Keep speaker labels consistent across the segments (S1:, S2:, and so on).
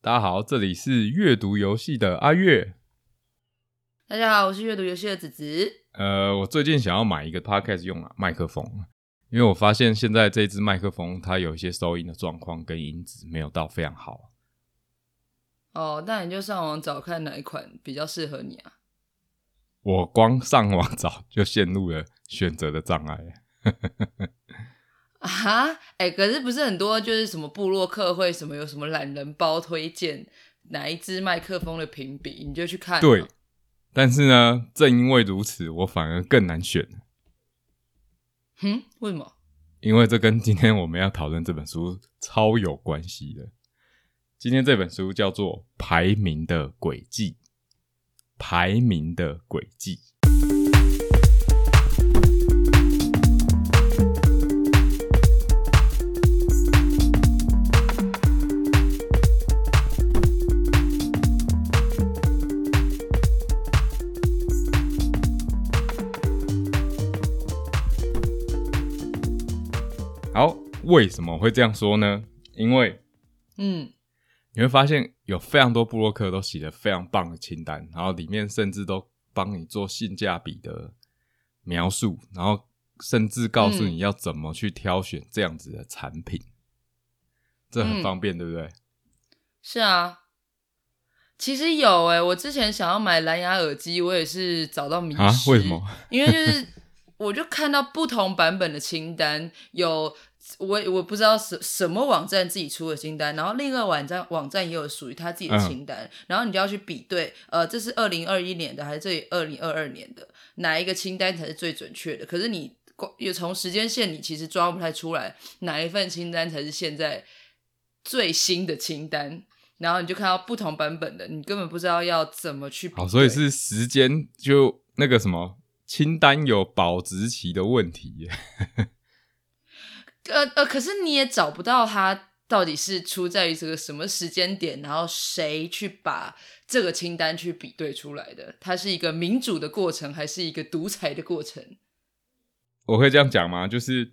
S1: 大家好，这里是阅读游戏的阿月。
S2: 大家好，我是阅读游戏的子子。
S1: 呃，我最近想要买一个 podcast 用啊麦克风，因为我发现现在这支麦克风它有一些收音的状况跟音质没有到非常好。
S2: 哦，那你就上网找看哪一款比较适合你啊。
S1: 我光上网找就陷入了选择的障碍。
S2: 啊，哎、可是不是很多就是什么部落客会什么有什么懒人包推荐哪一支麦克风的评比，你就去看、
S1: 对，，但是呢，正因为如此，我反而更难选，
S2: 哼，为什么？
S1: 因为这跟今天我们要讨论这本书超有关系的。今天这本书叫做《排名的轨迹》，排名的轨迹。好，为什么会这样说呢？因为
S2: 嗯，
S1: 你会发现有非常多布洛克都写了非常棒的清单，然后里面甚至都帮你做性价比的描述，然后甚至告诉你要怎么去挑选这样子的产品，这很方便，对不对？
S2: 是啊。其实有哎、我之前想要买蓝牙耳机，我也是找到迷失。
S1: 啊，为什么？
S2: 因为就是我就看到不同版本的清单，有我我不知道什什么网站自己出的清单，然后另一个网站网站也有属于他自己的
S1: 嗯
S2: 清单，然后你就要去比对，呃，这是二零二一年的还是这二零二二年的，哪一个清单才是最准确的？可是你光也从时间线你其实抓不太出来哪一份清单才是现在最新的清单。然后你就看到不同版本的，你根本不知道要怎么去比对。
S1: 好，哦所以是时间就那个什么清单有保质期的问题耶。
S2: 呃呃，可是你也找不到它到底是出在于这个什么时间点，然后谁去把这个清单去比对出来的？它是一个民主的过程，还是一个独裁的过程？
S1: 我会这样讲吗？就是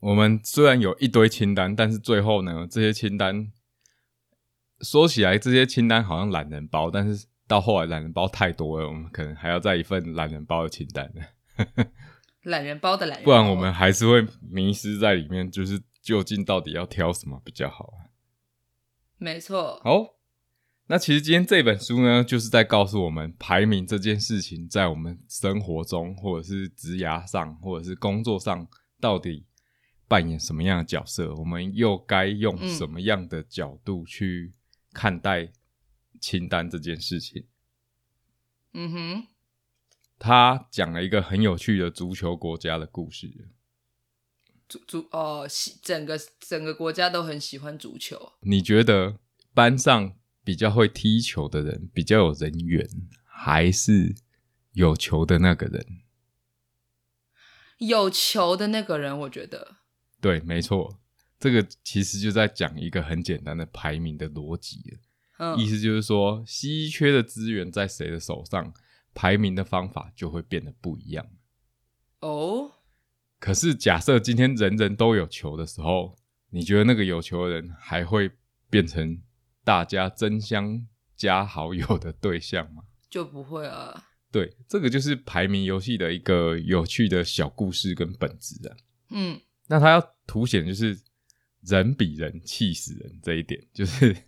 S1: 我们虽然有一堆清单，但是最后呢，这些清单说起来，这些清单好像懒人包，但是到后来懒人包太多了，我们可能还要再一份懒人包的清单，
S2: 懒人包的懒人
S1: 不
S2: 包，
S1: 然我们还是会迷失在里面，就是究竟到底要挑什么比较好。
S2: 没错，
S1: 好，那其实今天这本书呢，就是在告诉我们排名这件事情，在我们生活中，或者是职涯上，或者是工作上，到底扮演什么样的角色，我们又该用
S2: 嗯
S1: 什么样的角度去看待清单这件事情。
S2: 嗯哼，
S1: 他讲了一个很有趣的足球国家的故事。
S2: 足足哦，喜整个整个国家都很喜欢足球，
S1: 你觉得班上比较会踢球的人比较有人缘，还是有球的那个人？
S2: 有球的那个人，我觉得
S1: 对，没错，这个其实就在讲一个很简单的排名的逻辑了，
S2: 嗯
S1: 意思就是说，稀缺的资源在谁的手上，排名的方法就会变得不一样。
S2: 哦，
S1: 可是，假设今天人人都有球的时候，你觉得那个有球的人还会变成大家争相加好友的对象吗？
S2: 就不会啊，
S1: 对，这个就是排名游戏的一个有趣的小故事跟本质啊。
S2: 嗯
S1: 那他要凸显就是人比人气死人这一点，就是人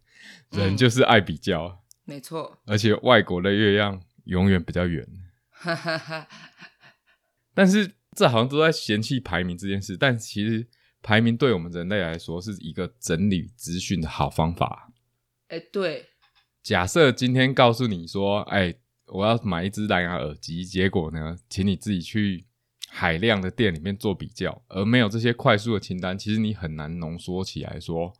S2: 嗯
S1: 就是爱比较，
S2: 没错，
S1: 而且外国的月亮永远比较圆。
S2: 哈哈哈，
S1: 但是这好像都在嫌弃排名这件事，但其实排名对我们人类来说是一个整理资讯的好方法。
S2: 哎、对，
S1: 假设今天告诉你说，哎，我要买一只蓝牙耳机，结果呢，请你自己去海量的店里面做比较，而没有这些快速的清单，其实你很难浓缩起来说，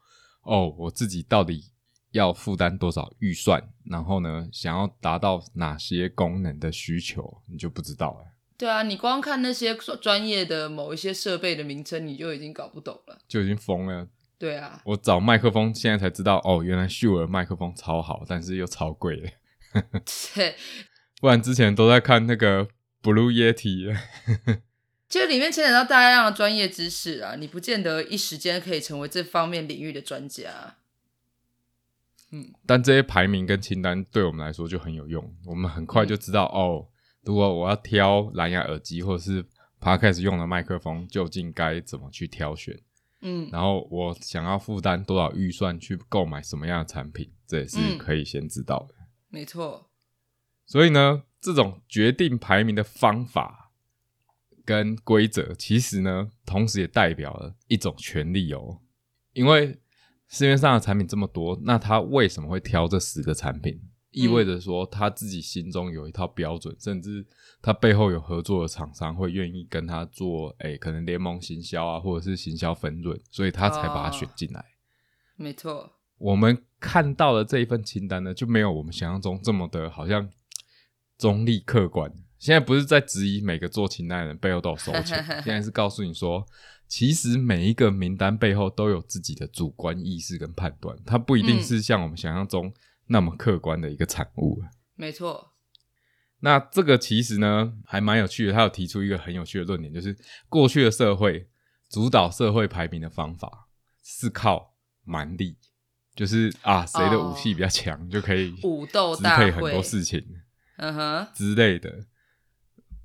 S1: 哦，我自己到底要负担多少预算，然后呢，想要达到哪些功能的需求，你就不知道了。
S2: 对啊，你光看那些专专业的某一些设备的名称，你就已经搞不懂了。
S1: 就已经疯了，
S2: 对啊，
S1: 我找麦克风，现在才知道哦，原来 Shure 麦克风超好，但是又 超贵的。嗯
S2: 对，
S1: 不然之前都在看那个 Blue Yeti，
S2: 就里面牵扯到大量的专业知识啊，你不见得一时间可以成为这方面领域的专家。嗯，
S1: 但这些排名跟清单对我们来说就很有用，我们很
S2: 嗯
S1: 快就知道、哦，如果我要挑蓝牙耳机或者是 podcast 用的麦克风，究竟该怎么去挑选，
S2: 嗯
S1: 然后我想要负担多少预算去购买什么样的产品，这也是
S2: 嗯
S1: 可以先知道的。
S2: 没错，
S1: 所以呢，这种决定排名的方法跟规则，其实呢，同时也代表了一种权利哦。因为市面上的产品这么多，那他为什么会挑这十个产品？意味着说他自己心中有一套标准，甚至他背后有合作的厂商会愿意跟他做，哎、可能联盟行销啊，或者是行销分润，所以他才把它选进来。
S2: 没错，
S1: 我们看到的这一份清单呢，就没有我们想象中这么的好像中立客观。现在不是在质疑每个做清单的人背后都有收钱，现在是告诉你说，其实每一个名单背后都有自己的主观意识跟判断，它不一定
S2: 嗯
S1: 是像我们想象中那么客观的一个产物。
S2: 没错，
S1: 那这个其实呢，还蛮有趣的。他有提出一个很有趣的论点，就是过去的社会主导社会排名的方法是靠蛮力，就是啊，谁的武器比较强、就可以
S2: 哦武斗
S1: 支
S2: 大
S1: 配很多
S2: 会
S1: 事情
S2: 嗯哼，
S1: 之类的。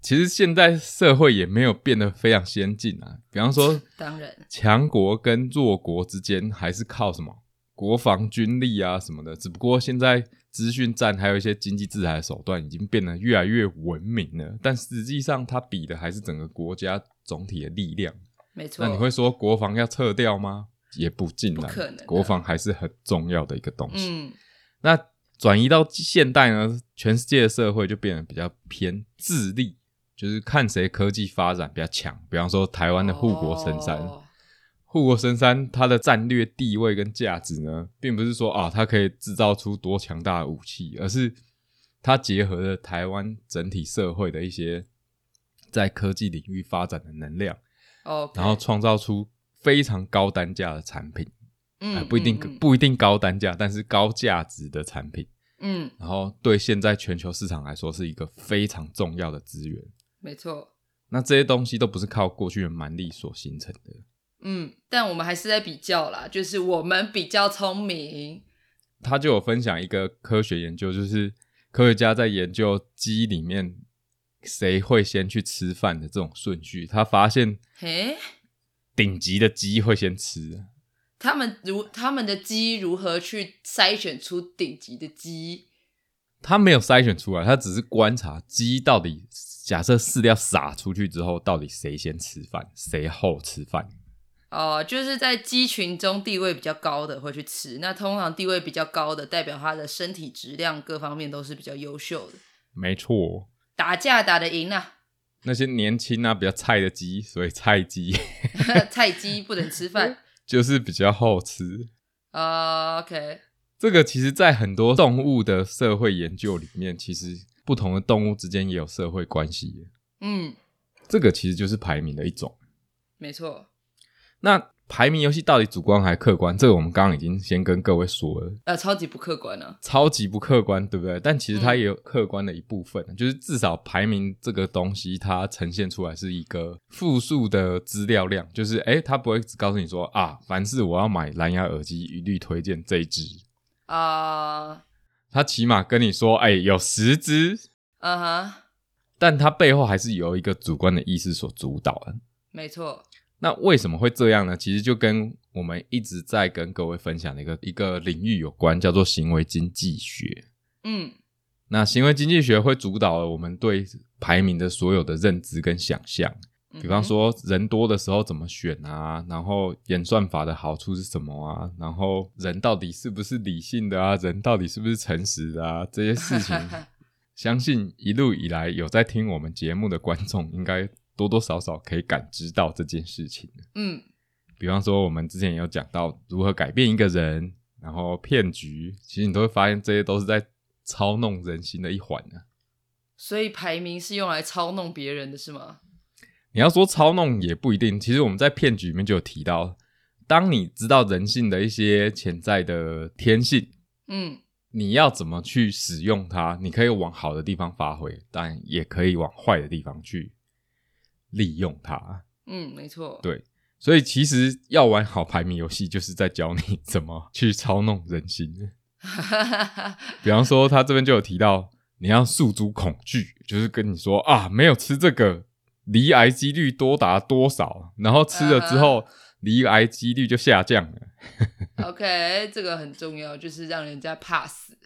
S1: 其实现在社会也没有变得非常先进啊，比方说
S2: 当然，
S1: 强国跟弱国之间还是靠什么国防军力啊什么的，只不过现在资讯战还有一些经济制裁的手段已经变得越来越文明了，但实际上它比的还是整个国家总体的力量。
S2: 没错，
S1: 那你会说国防要撤掉吗？也不尽然，
S2: 不可能的啊
S1: 国防还是很重要的一个东西。
S2: 嗯
S1: 那转移到现代呢，全世界的社会就变得比较偏智力，就是看谁科技发展比较强。比方说台湾的护国神山，
S2: 哦
S1: 护国神山它的战略地位跟价值呢，并不是说啊它可以制造出多强大的武器，而是它结合了台湾整体社会的一些在科技领域发展的能量，
S2: 哦，
S1: 然后创造出非常高单价的产品，哎
S2: 嗯
S1: 不一定、
S2: 嗯
S1: 不一定高单价，但是高价值的产品。
S2: 嗯，嗯
S1: 然后对现在全球市场来说是一个非常重要的资源。
S2: 没错，
S1: 那这些东西都不是靠过去的蛮力所形成的，
S2: 嗯，但我们还是在比较啦，就是我们比较聪明，
S1: 他就有分享一个科学研究，就是科学家在研究鸡里面谁会先去吃饭的这种顺序，他发现
S2: 嘿，
S1: 顶级的鸡会先吃，
S2: 他们如他们的鸡如何去筛选出顶级的鸡？
S1: 他没有筛选出来，他只是观察鸡到底假设饲料撒出去之后，到底谁先吃饭，谁后吃饭。
S2: 哦，就是在鸡群中地位比较高的会去吃，那通常地位比较高的代表他的身体质量各方面都是比较优秀的，
S1: 没错，
S2: 打架打得赢啊，
S1: 那些年轻啊比较菜的鸡，所以菜鸡。
S2: 菜鸡不能吃饭。
S1: 就是比较好吃。
S2: 啊 OK，
S1: 这个其实，在很多动物的社会研究里面，其实不同的动物之间也有社会关系。
S2: 嗯，
S1: 这个其实就是排名的一种。
S2: 没错。
S1: 那排名游戏到底主观还是客观？这个我们刚刚已经先跟各位说了，
S2: 呃，超级不客观啊。
S1: 超级不客观，对不对？但其实它也有客观的一部分，就是至少排名这个东西，它呈现出来是一个复数的资料量，就是诶，它不会只告诉你说啊，凡是我要买蓝牙耳机，一律推荐这一支，
S2: 啊，
S1: 他起码跟你说，哎、有十只，
S2: 嗯哼，
S1: 但他背后还是由一个主观的意识所主导的。
S2: 没错。
S1: 那为什么会这样呢？其实就跟我们一直在跟各位分享的一个一个领域有关，叫做行为经济学。
S2: 嗯
S1: 那行为经济学会主导了我们对排名的所有的认知跟想象。
S2: 嗯哼，
S1: 比方说人多的时候怎么选啊，然后演算法的好处是什么啊，然后人到底是不是理性的啊，人到底是不是诚实的啊，这些事 情，相信一路以来有在听我们节目的观众，应该多多少少可以感知到这件事情。
S2: 嗯，
S1: 比方说，我们之前有讲到如何改变一个人，然后骗局，其实你都会发现这些都是在操弄人心的一环啊。
S2: 所以排名是用来操弄别人的是吗？
S1: 你要说操弄也不一定。其实我们在骗局里面就有提到，当你知道人性的一些潜在的天性，
S2: 嗯
S1: 你要怎么去使用它？你可以往好的地方发挥，但也可以往坏的地方去利用它。
S2: 嗯，没错。
S1: 对所以其实要玩好排名游戏，就是在教你怎么去操弄人心。比方说，他这边就有提到，你要诉诸恐惧，就是跟你说啊，没有吃这个，罹癌几率多达多少，然后吃了之后，罹癌几率就下降了，
S2: OK，这个很重要，就是让人家怕死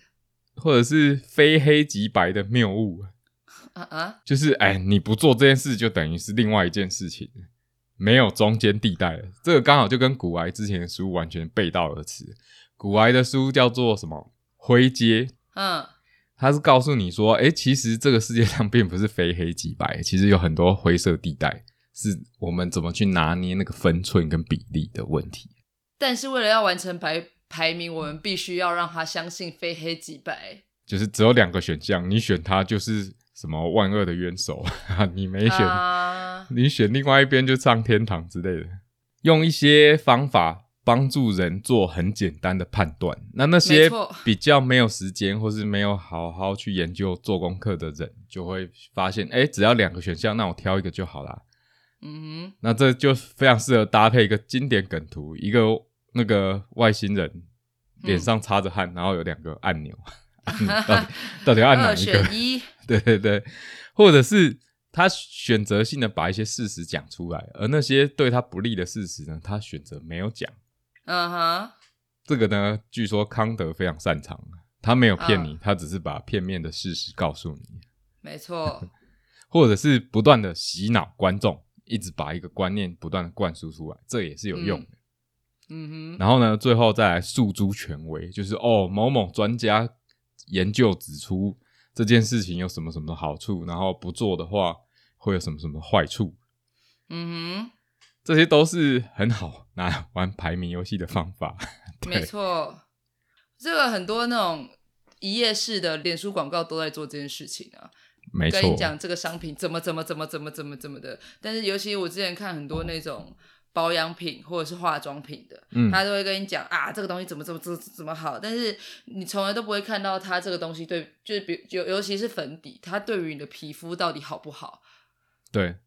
S1: 或者是非黑即白的谬误，
S2: 啊啊！
S1: 就是哎，你不做这件事，就等于是另外一件事情，没有中间地带了。这个刚好就跟古癌之前的书完全背道而驰。古癌的书叫做什么？灰阶，
S2: 嗯
S1: 它是告诉你说，哎、其实这个世界上并不是非黑即白，其实有很多灰色地带，是我们怎么去拿捏那个分寸跟比例的问题。
S2: 但是为了要完成排排名，我们必须要让他相信非黑即白。
S1: 就是只有两个选项，你选它就是什么万恶的冤手， 你没选，
S2: 啊，
S1: 你选另外一边就上天堂之类的，用一些方法帮助人做很简单的判断。那那
S2: 没
S1: 些
S2: 错
S1: 比较没有时间或是没有好好去研究做功课的人，就会发现，哎、只要两个选项，那我挑一个就好啦。
S2: 嗯
S1: 那这就非常适合搭配一个经典梗图，一个那个外星
S2: 嗯
S1: 人脸上擦着汗，然后有两个按 钮，按钮到底到底要
S2: 哼，
S1: 按哪
S2: 二
S1: 一个？
S2: 选一，
S1: 对对对，或者是他选择性的把一些事实讲出来，而那些对他不利的事实呢，他选择没有讲。
S2: 嗯哼，
S1: 这个呢，据说康德非常擅长，啊他没有骗
S2: 嗯
S1: 你，他只是把片面的事实告诉你，
S2: 没错，
S1: 或者是不断的洗脑观众，一直把一个观念不断的灌输出来，这也是有用的。
S2: 嗯哼，
S1: 然后呢，最后再来诉诸权威，就是哦，某某专家研究指出这件事情有什么什么好处，然后不做的话会有什么什么坏处，
S2: 嗯
S1: 这些都是很好拿来玩排名游戏的方法。
S2: 哼，
S1: 对
S2: 没错。这个很多那种一页式的脸书广告都在做这件事情啊。
S1: 没
S2: 跟
S1: 错
S2: 你，讲这个商品怎么怎么怎么怎么怎么怎么的。但是尤其我之前看很多那种保养品或者是化妆品的，
S1: 嗯
S2: 他都会跟你讲啊，这个东西怎么怎么怎么怎么好，但是你从来都不会看到它这个东西对，就是比尤尤其是粉底，它对于你的皮肤到底好不好，
S1: 对，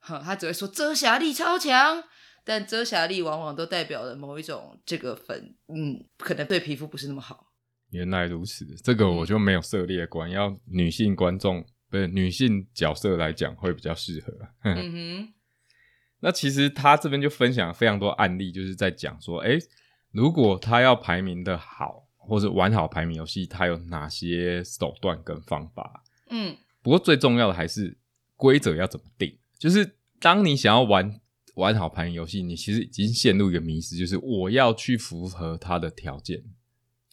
S2: 哼，他只会说遮瑕力超强。但遮瑕力往往都代表了某一种这个粉，嗯，可能对皮肤不是那么好。
S1: 原来如此，这
S2: 嗯
S1: 个我就没有涉猎观，要女性观众不是女性角色来讲会比较适合。啊
S2: 嗯
S1: 那其实他这边就分享了非常多案例，就是在讲说，哎、如果他要排名的好，或者玩好排名游戏，他有哪些手段跟方法？
S2: 哼，嗯，
S1: 不过最重要的还是规则要怎么定。就是当你想要玩玩好排名游戏，你其实已经陷入一个迷失，就是我要去符合他的条件。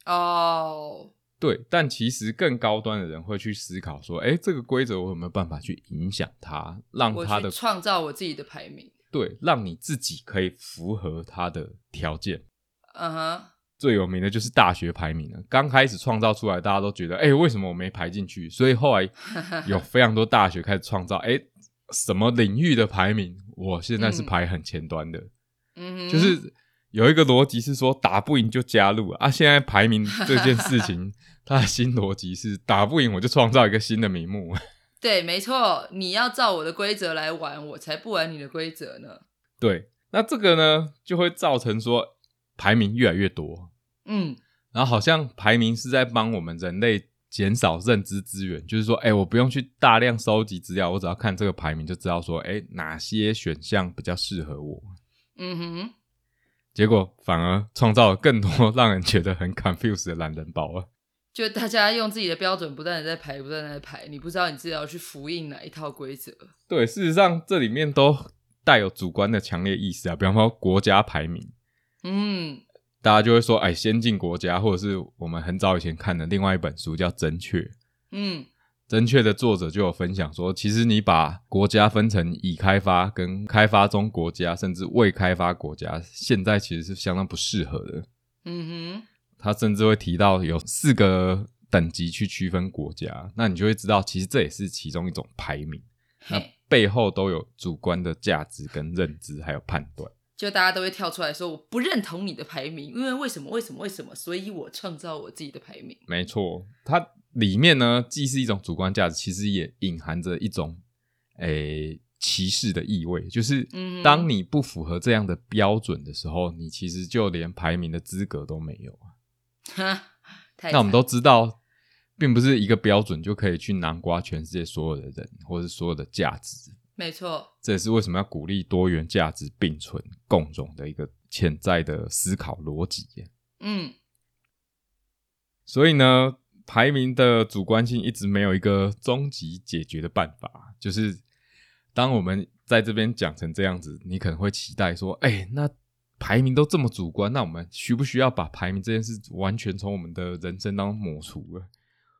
S2: 哦，
S1: 对，但其实更高端的人会去思考说，哎、这个规则我有没有办法去影响他，让
S2: 我
S1: 他的
S2: 去创造我自己的排名。
S1: 对，让你自己可以符合他的条件。
S2: 嗯哼，
S1: 最有名的就是大学排名了。刚开始创造出来，大家都觉得，哎、为什么我没排进去？所以后来 有非常多大学开始创造，哎、什么领域的排名，我现在是
S2: 嗯
S1: 排很前端的。
S2: 嗯哼，
S1: 就是有一个逻辑是说，打不赢就加入啊。现在排名这件 事情，它的新逻辑是打不赢我就创造一个新的名目。
S2: 对，没错，你要照我的规则来玩，我才不玩你的规则呢。
S1: 对，那这个呢，就会造成说排名越来越多，
S2: 嗯，
S1: 然后好像排名是在帮我们人类减少认知资源，就是说，哎、我不用去大量收集资料，我只要看这个排名就知道说，哎、哪些选项比较适合我。
S2: 嗯哼，
S1: 结果反而创造了更多 让人觉得很 confused 的懒人包啊！
S2: 就大家用自己的标准不断的在排，不断的在排，你不知道你自己要去复印哪一套规则。
S1: 对，事实上这里面都带有主观的强烈意识啊，比方说国家排名，
S2: 嗯，
S1: 大家就会说，哎、先进国家，或者是我们很早以前看的另外一本书叫《正确》，
S2: 嗯，
S1: 正确的作者就有分享说，其实你把国家分成已开发跟开发中国家，甚至未开发国家，现在其实是相当不适合的。
S2: 嗯哼，
S1: 他甚至会提到有四个等级去区分国家，那你就会知道，其实这也是其中一种排名，那
S2: 嘿，
S1: 背后都有主观的价值跟认知，还有判断。
S2: 就大家都会跳出来说我不认同你的排名，因为为什么为什么为什么，所以我创造我自己的排名。
S1: 没错，它里面呢既是一种主观价值，其实也隐含着一种诶、歧视的意味，就是
S2: 嗯
S1: 当你不符合这样的标准的时候，你其实就连排名的资格都没有啊。
S2: 哈，太
S1: 那我们都
S2: 惨
S1: 知道，并不是一个标准就可以去南瓜全世界所有的人，或是所有的价值。
S2: 没错，
S1: 这也是为什么要鼓励多元价值并存共荣的一个潜在的思考逻辑啊耶。
S2: 嗯，
S1: 所以呢，排名的主观性一直没有一个终极解决的办法。就是当我们在这边讲成这样子，你可能会期待说：“哎、那排名都这么主观，那我们需不需要把排名这件事完全从我们的人生当中抹除了？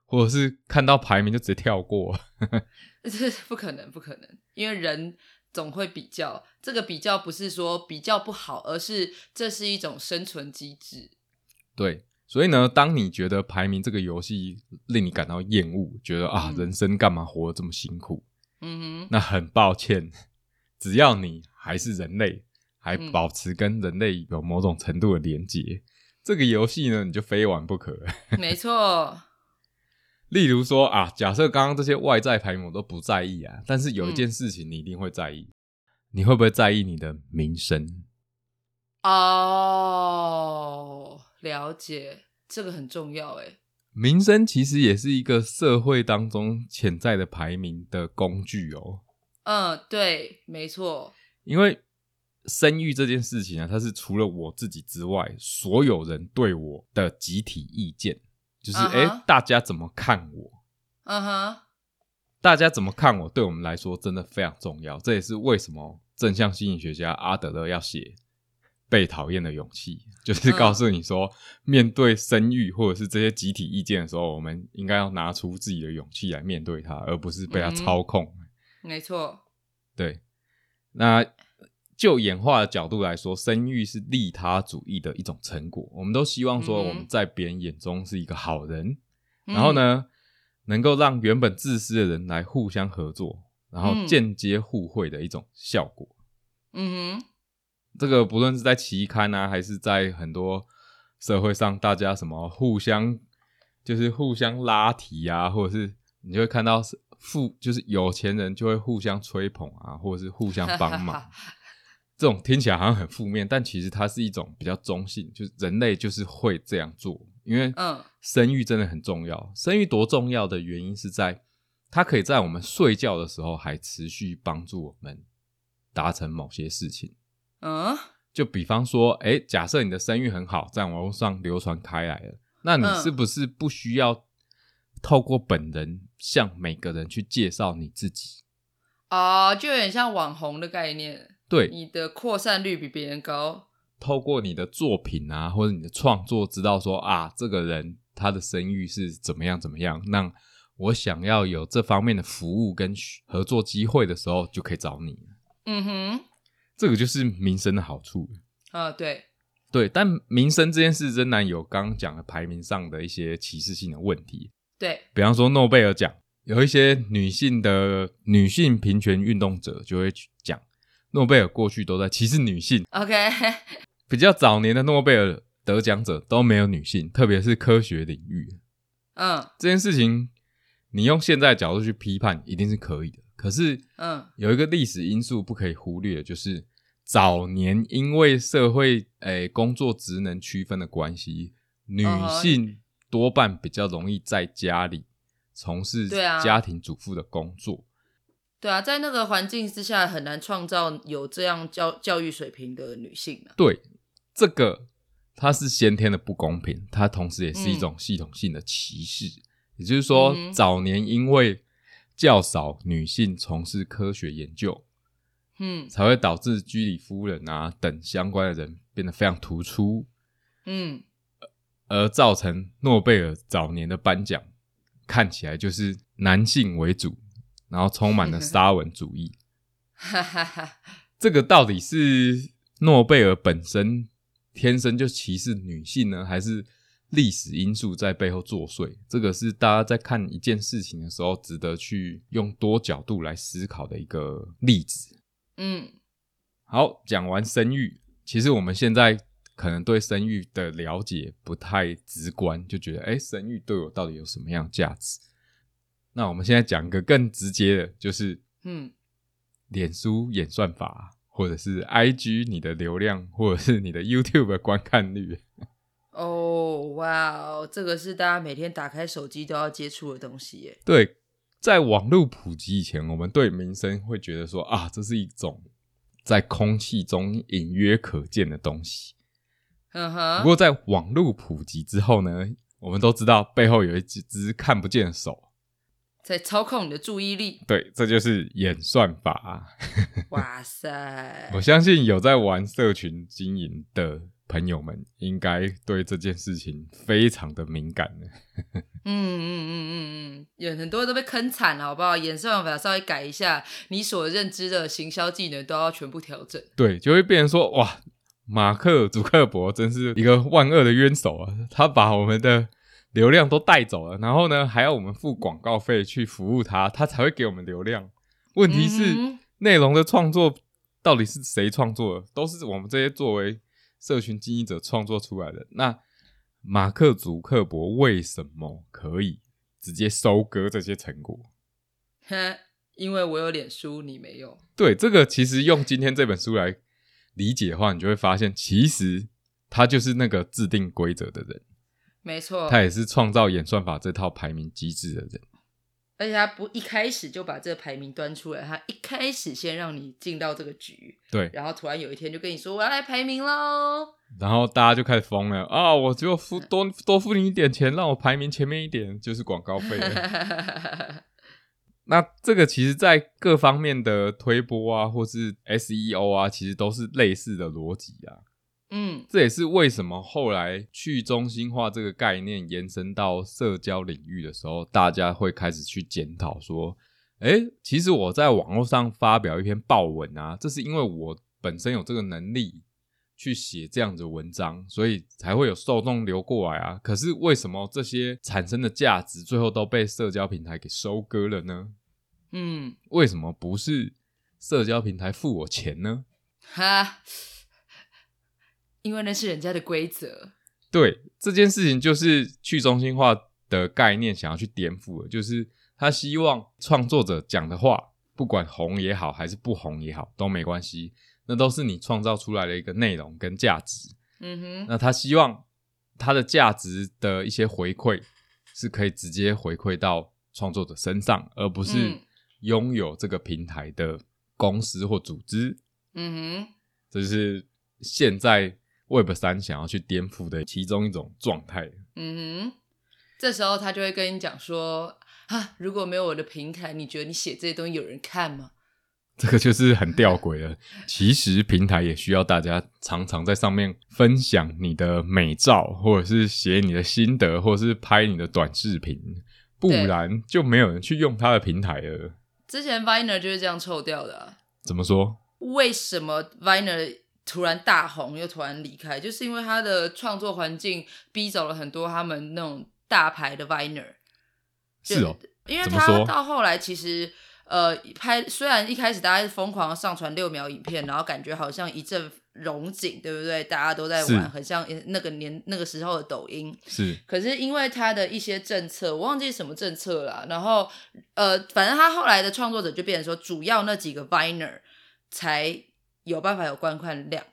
S1: 或者是看到排名就直接跳过？”
S2: 这 不可能，不可能，因为人总会比较，这个比较不是说比较不好，而是这是一种生存机制。
S1: 对，所以呢，当你觉得排名这个游戏令你感到厌恶，觉得啊，
S2: 嗯
S1: 人生干嘛活得这么辛苦？
S2: 嗯哼，
S1: 那很抱歉，只要你还是人类，还
S2: 嗯
S1: 保持跟人类有某种程度的连结，这个游戏呢，你就非玩不可。
S2: 没错，
S1: 例如说啊，假设刚刚这些外在排名我都不在意啊，但是有一
S2: 嗯
S1: 件事情你一定会在意，你会不会在意你的名声？
S2: 哦，了解，这个很重要，哎，
S1: 名声其实也是一个社会当中潜在的排名的工具哦。
S2: 嗯，对，没错，
S1: 因为生育这件事情啊，它是除了我自己之外，所有人对我的集体意见，就是
S2: 嗯
S1: 哎
S2: 哼、
S1: 诶大家怎么看我？
S2: 嗯哼，
S1: 大家怎么看我，对我们来说真的非常重要。这也是为什么正向心理学家阿德勒要写《被讨厌的勇气》，就是
S2: 嗯
S1: 告诉你说，面对生育或者是这些集体意见的时候，我们应该要拿出自己的勇气来面对它，而不是被它
S2: 嗯
S1: 操控。
S2: 没错，
S1: 对，那就演化的角度来说，生育是利他主义的一种成果。我们都希望说
S2: 嗯哼嗯
S1: 我们在别人眼中是一个好人，然后呢，能够让原本自私的人来互相合作，然后
S2: 嗯
S1: 间接互惠的一种效果。
S2: 嗯？嗯哼，。
S1: 这个不论是在期刊啊，还是在很多社会上，大家什么互相就是互相拉提啊，或者是你就会看到是富就是有钱人就会互相吹捧啊，或者是互相帮忙这种听起来好像很负面，但其实它是一种比较中性，就是人类就是会这样做，因为
S2: 嗯
S1: 生育真的很重要。生育多重要的原因是在它可以在我们睡觉的时候还持续帮助我们达成某些事情。
S2: 嗯，
S1: 就比方说，哎、假设你的声誉很好，在网络上流传开来了，那你
S2: 嗯
S1: 是不是不需要透过本人向每个人去介绍你自己？
S2: 啊、就有点像网红的概念，
S1: 对，
S2: 你的扩散率比别人高，
S1: 透过你的作品啊，或者你的创作，知道说啊，这个人他的声誉是怎么样怎么样，那我想要有这方面的服务跟合作机会的时候，就可以找你。
S2: 嗯哼，
S1: 这个就是名声的好处。
S2: 啊，对，
S1: 对，但名声这件事仍然有刚刚讲的排名上的一些歧视性的问题。
S2: 对，
S1: 比方说诺贝尔奖，有一些女性的女性平权运动者就会去讲，诺贝尔过去都在歧视女性，
S2: OK，
S1: 比较早年的诺贝尔得奖者都没有女性，特别是科学领域
S2: 嗯
S1: 这件事情，你用现在的角度去批判一定是可以的，可是
S2: 嗯
S1: 有一个历史因素不可以忽略的，就是早年因为社会诶、工作职能区分的关系，女
S2: 嗯哼
S1: 性多半比较容易在家里从事
S2: 对啊
S1: 家庭主妇的工作。
S2: 对啊，在那个环境之下，很难创造有这样教教育水平的女性啊。
S1: 对，这个它是先天的不公平，它同时也是一
S2: 嗯
S1: 种系统性的歧视。也就是说，
S2: 嗯哼
S1: 早年因为较少女性从事科学研究，
S2: 嗯
S1: 才会导致居里夫人啊等相关的人变得非常突出，
S2: 嗯，
S1: 而造成诺贝尔早年的颁奖看起来就是男性为主，然后充满 了沙文主义。
S2: 哈哈哈，
S1: 这个到底是诺贝尔本身天生就歧视女性呢，还是历史因素在背后作祟？这个是大家在看一件事情的时候，值得去用多角度来思考的一个例子。
S2: 嗯
S1: 好，讲完生育，其实我们现在可能对生育的了解不太直观，就觉得哎，诶生育对我到底有什么样的价值？那我们现在讲一个更直接的，就是
S2: 嗯，
S1: 脸书演算法，或者是 IG 你的流量，或者是你的 YouTube 的观看率。
S2: 哦，哇哦，这个是大家每天打开手机都要接触的东西耶。
S1: 对，在网络普及以前，我们对民生会觉得说啊，这是一种在空气中隐约可见的东西。
S2: 嗯
S1: 不
S2: 哼，
S1: 过在网络普及之后呢，我们都知道背后有一只只看不见的手。
S2: 在操控你的注意 力。
S1: 对，这就是演算法啊、
S2: 哇塞，
S1: 我相信有在玩社群经营的朋友们，应该对这件事情非常的敏感呢。
S2: 嗯嗯嗯嗯嗯，有很多都被坑惨了，好不好？演算法稍微改一下，你所认知的行销技能都要全部调整。
S1: 对，就会变成说，哇，马克·祖克伯真是一个万恶的冤手啊！他把我们的流量都带走了，然后呢，还要我们付广告费去服务他，他才会给我们流量。问题是，
S2: 嗯哼
S1: 内容的创作到底是谁创作的？都是我们这些作为社群经营者创作出来的。那马克·祖克伯为什么可以直接收割这些成果？
S2: 哼， 因为我有脸书，你没有。
S1: 对，这个其实用今天这本书来理解的话，你就会发现，其实他就是那个制定规则的人，
S2: 没错，
S1: 他也是创造演算法这套排名机制的人。
S2: 而且他不一开始就把这个排名端出来，他一开始先让你进到这个局，
S1: 对，
S2: 然后突然有一天就跟你说我要来排名喽。
S1: 然后大家就开始疯了啊！我就付多多付你一点钱，让我排名前面一点，就是广告费了。那这个其实，在各方面的推播啊，或是 SEO 啊，其实都是类似的逻辑啊。
S2: 嗯
S1: 这也是为什么后来去中心化这个概念延伸到社交领域的时候，大家会开始去检讨说，诶，其实我在网络上发表一篇报文啊，这是因为我本身有这个能力去写这样的文章，所以才会有受众流过来啊。可是为什么这些产生的价值最后都被社交平台给收割了呢？
S2: 嗯，
S1: 为什么不是社交平台付我钱呢？
S2: 哈，因为那是人家的规则。
S1: 对这件事情，就是去中心化的概念想要去颠覆的，就是他希望创作者讲的话，不管红也好，还是不红也好，都没关系，那都是你创造出来的一个内容跟价值。
S2: 嗯哼，
S1: 那他希望他的价值的一些回馈是可以直接回馈到创作者身上，而不是
S2: 嗯
S1: 拥有这个平台的公司或组织。
S2: 嗯哼，
S1: 这就是现在 Web 三想要去颠覆的其中一种状态。
S2: 嗯哼，这时候他就会跟你讲说。啊！如果没有我的平台，你觉得你写这些东西有人看吗？
S1: 这个就是很吊诡了。其实平台也需要大家常常在上面分享你的美照，或者是写你的心得，或者是拍你的短视频，不
S2: 对
S1: 然就没有人去用它的平台了。
S2: 之前 Viner 就是这样臭掉的、啊。
S1: 怎么说？
S2: 为什么 Viner 突然大红又突然离开，就是因为他的创作环境逼走了很多他们那种大牌的 Viner。
S1: 是哦，
S2: 因为
S1: 怎么说
S2: 他到后来其实呃拍，虽然一开始大家是疯狂地上传六秒影片，然后感觉好像一阵荣景，对不对？大家都在
S1: 是
S2: 玩，很像那个年那个时候的抖音。
S1: 是
S2: 可是因为他的一些政策，我忘记什么政策了啊，然后呃，反正他后来的创作者就变成说，主要那几个 Viner 才有办法有观看量，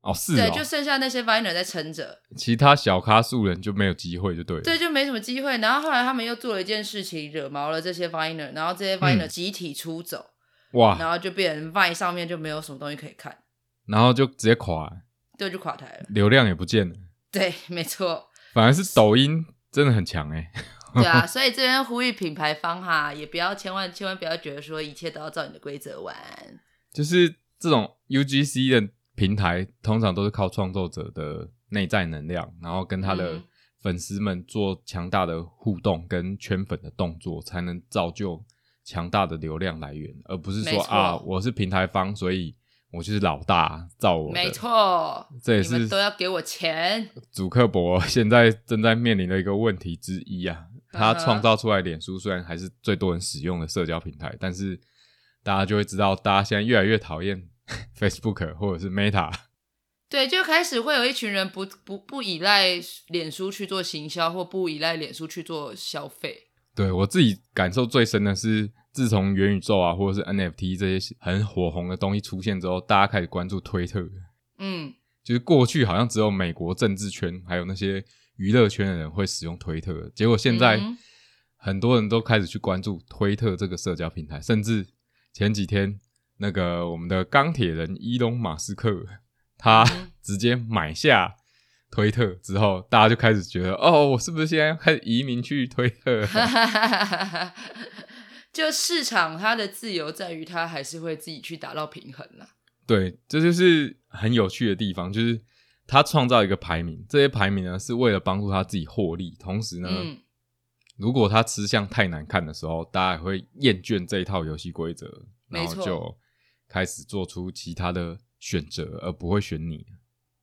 S1: 哦，是
S2: 对，
S1: 哦，
S2: 就剩下那些 Viner 在撑着，
S1: 其他小咖素人就没有机会，就对了。
S2: 对，就没什么机会。然后后来他们又做了一件事情，惹毛了这些 Viner，然后这些 Viner 集体出走，然
S1: 嗯哇，
S2: 后就变成 Vine 上面就没有什么东西可以看，
S1: 然后就直接垮，
S2: 对，就垮台了。
S1: 流量也不见了。
S2: 对，没错。
S1: 反而是抖音真的很强哎、
S2: 对啊，所以这边呼吁品牌方哈，也不要千万千万不要觉得说一切都要照你的规则玩。
S1: 就是这种 UGC 的平台，通常都是靠创作者的内在能量，然后跟他的
S2: 嗯
S1: 粉丝们做强大的互动跟圈粉的动作，才能造就强大的流量来源，而不是
S2: 没
S1: 说
S2: 错
S1: 啊，我是平台方，所以我就是老大，造我的。
S2: 没，错，
S1: 这也
S2: 你们
S1: 是
S2: 都要给我钱。
S1: 祖克伯 现在正在面临的一个问题之一啊。他
S2: 嗯哼
S1: 创造出来脸书虽然还是最多人使用的社交平台，但是大家就会知道，大家现在越来越讨厌 Facebook 或者是 Meta。
S2: 对，就开始会有一群人不不不依赖脸书去做行销，或不依赖脸书去做消费。
S1: 对我自己感受最深的是，自从元宇宙啊，或者是 NFT 这些很火红的东西出现之后，大家开始关注推特。
S2: 嗯，
S1: 就是过去好像只有美国政治圈还有那些娱乐圈的人会使用推特，结果现在
S2: 嗯
S1: 很多人都开始去关注推特这个社交平台，甚至前几天那个我们的钢铁人伊隆马斯克，他
S2: 嗯
S1: 直接买下推特之后，大家就开始觉得哦，我是不是现在要开始移民去推特？
S2: 就市场它的自由在于它还是会自己去达到平衡啦。
S1: 对，这就是很有趣的地方，就是他创造一个排名，这些排名呢是为了帮助他自己获利，同时呢，
S2: 嗯
S1: 如果他吃相太难看的时候，大家也会厌倦这一套游戏规则，然
S2: 没
S1: 后
S2: 错
S1: 就开始做出其他的选择，而不会选你。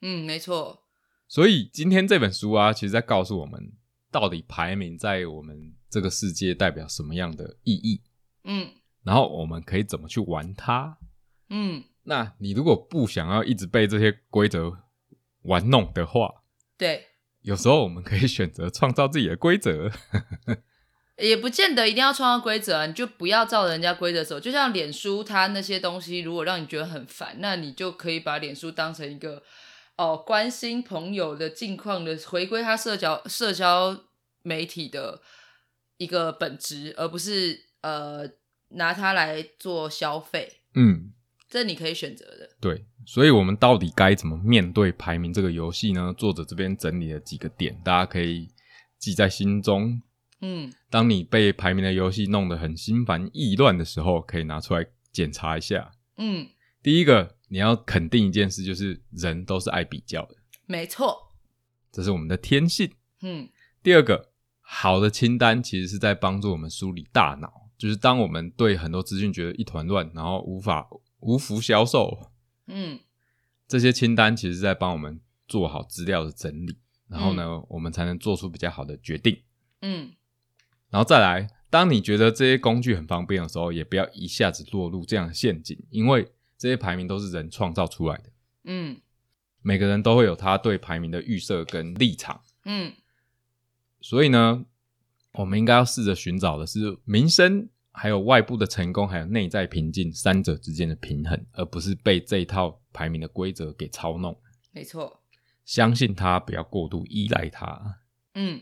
S2: 嗯，没错。
S1: 所以今天这本书啊，其实在告诉我们，到底排名在我们这个世界代表什么样的意义，
S2: 嗯
S1: 然后我们可以怎么去玩它。
S2: 嗯，
S1: 那你如果不想要一直被这些规则玩弄的话，
S2: 对，
S1: 有时候我们可以选择创造自己的规则。
S2: 也不见得一定要创造规则啊，你就不要照着人家规则走。就像脸书它那些东西，如果让你觉得很烦，那你就可以把脸书当成一个哦关心朋友的近况的，回归它社交社交媒体的一个本质，而不是呃拿它来做消费，
S1: 嗯，
S2: 这你可以选择的。
S1: 对，所以我们到底该怎么面对排名这个游戏呢？作者这边整理了几个点，大家可以记在心中。
S2: 嗯，
S1: 当你被排名的游戏弄得很心烦意乱的时候，可以拿出来检查一下。
S2: 嗯，
S1: 第一个，你要肯定一件事，就是人都是爱比较的，
S2: 没错。
S1: 这是我们的天性。
S2: 嗯
S1: 第二个，好的清单其实是在帮助我们梳理大脑，就是当我们对很多资讯觉得一团乱，然后无法无福消受，
S2: 嗯
S1: 这些清单其实是在帮我们做好资料的整理，然后呢，我们才能做出比较好的决定。
S2: 嗯
S1: 然后再来，当你觉得这些工具很方便的时候，也不要一下子落入这样的陷阱，因为这些排名都是人创造出来的，
S2: 嗯
S1: 每个人都会有他对排名的预设跟立场，
S2: 嗯
S1: 所以呢，我们应该要试着寻找的是民生。还有外部的成功，还有内在平静三者之间的平衡，而不是被这一套排名的规则给操弄。
S2: 没错。
S1: 相信它，不要过度依赖它。
S2: 嗯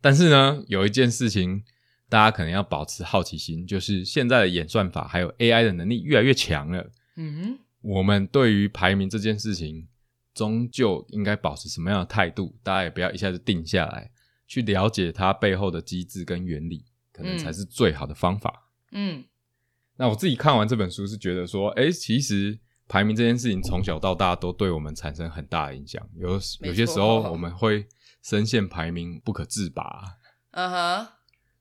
S1: 但是呢，有一件事情大家可能要保持好奇心，就是现在的演算法还有 AI 的能力越来越强了，
S2: 嗯
S1: 我们对于排名这件事情，终究应该保持什么样的态度？大家也不要一下就定下来，去了解它背后的机制跟原理，可能
S2: 嗯
S1: 才是最好的方法。
S2: 嗯
S1: 那我自己看完这本书是觉得说，哎、其实排名这件事情从小到大都对我们产生很大的影响。有
S2: 没错
S1: 有些时候我们会深陷排名不可自拔，
S2: 嗯哼。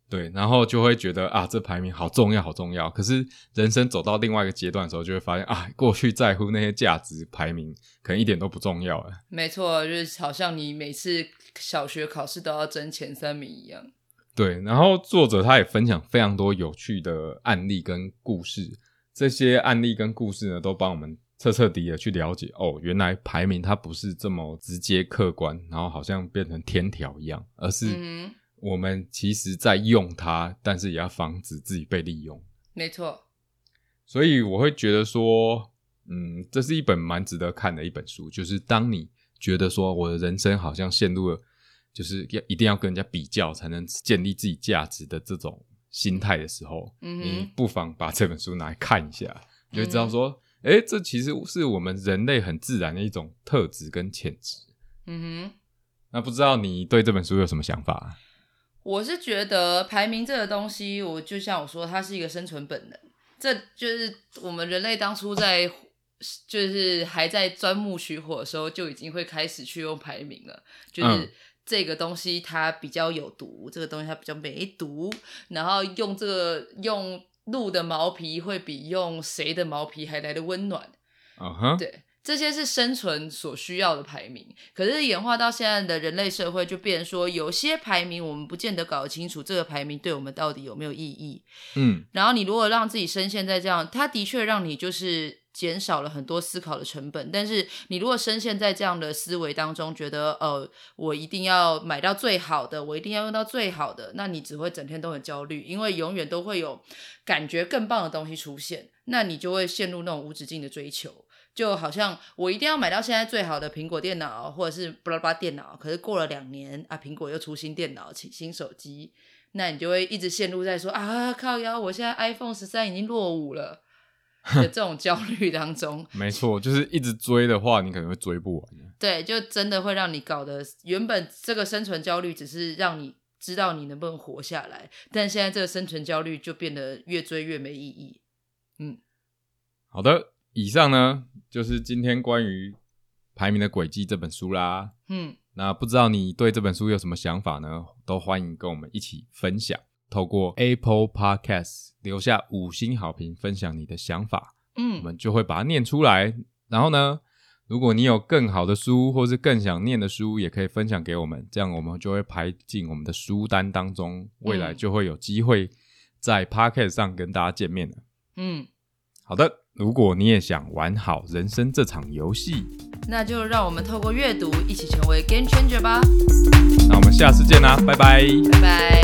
S1: 对，然后就会觉得啊，这排名好重要，好重要。可是人生走到另外一个阶段的时候，就会发现啊，过去在乎那些价值排名，可能一点都不重要了。
S2: 没错，就是好像你每次小学考试都要争前三名一样。
S1: 对，然后作者他也分享非常多有趣的案例跟故事，这些案例跟故事呢，都帮我们彻彻底底的去了解哦，原来排名它不是这么直接客观，然后好像变成天条一样，而是
S2: 嗯哼，
S1: 我们其实在用它，但是也要防止自己被利用。
S2: 没错。
S1: 所以我会觉得说，嗯，这是一本蛮值得看的一本书。就是当你觉得说我的人生好像陷入了，就是要一定要跟人家比较才能建立自己价值的这种心态的时候，
S2: 嗯哼嗯
S1: 你不妨把这本书拿来看一下，你就会知道说，哎、这其实是我们人类很自然的一种特质跟潜质。
S2: 嗯哼，
S1: 那不知道你对这本书有什么想法？
S2: 我是觉得排名这个东西，我就像我说，它是一个生存本能。这就是我们人类当初在就是还在钻木取火的时候，就已经会开始去用排名了。就是
S1: 嗯
S2: 这个东西它比较有毒，这个东西它比较没毒，然后用这个用鹿的毛皮会比用谁的毛皮还来的温暖。
S1: 嗯哼，
S2: 对，这些是生存所需要的排名。可是演化到现在的人类社会，就变成说，有些排名我们不见得搞得清楚，这个排名对我们到底有没有意义。
S1: 嗯
S2: 然后你如果让自己深陷在这样，它的确让你就是减少了很多思考的成本。但是你如果深陷在这样的思维当中，觉得呃，我一定要买到最好的，我一定要用到最好的，那你只会整天都很焦虑，因为永远都会有感觉更棒的东西出现，那你就会陷入那种无止境的追求。就好像我一定要买到现在最好的苹果电脑，或者是巴拉巴拉电脑，可是过了两年啊，苹果又出新电脑、新新手机，那你就会一直陷入在说啊靠腰，我现在 iPhone 十三已经落伍 了的这种焦虑当中。
S1: 没错，就是一直追的话，你可能会追不完。啊
S2: 对，就真的会让你搞得原本这个生存焦虑只是让你知道你能不能活下来，但现在这个生存焦虑就变得越追越没意义。嗯，
S1: 好的，以上呢就是今天关于《排名的轨迹》这本书啦。
S2: 嗯，
S1: 那不知道你对这本书有什么想法呢？都欢迎跟我们一起分享。透过 Apple Podcast 留下五星好评，分享你的想法，我
S2: 嗯，
S1: 们就会把它念出来。然后呢，如果你有更好的书，或是更想念的书，也可以分享给我们，这样我们就会排进我们的书单当中，未来
S2: 嗯
S1: 就会有机会在 Podcast 上跟大家见面了。
S2: 嗯，
S1: 好的，如果你也想玩好人生这场游戏，
S2: 那就让我们透过阅读一起成为 game changer 吧，
S1: 那我们下次见啦，拜拜。
S2: 拜拜。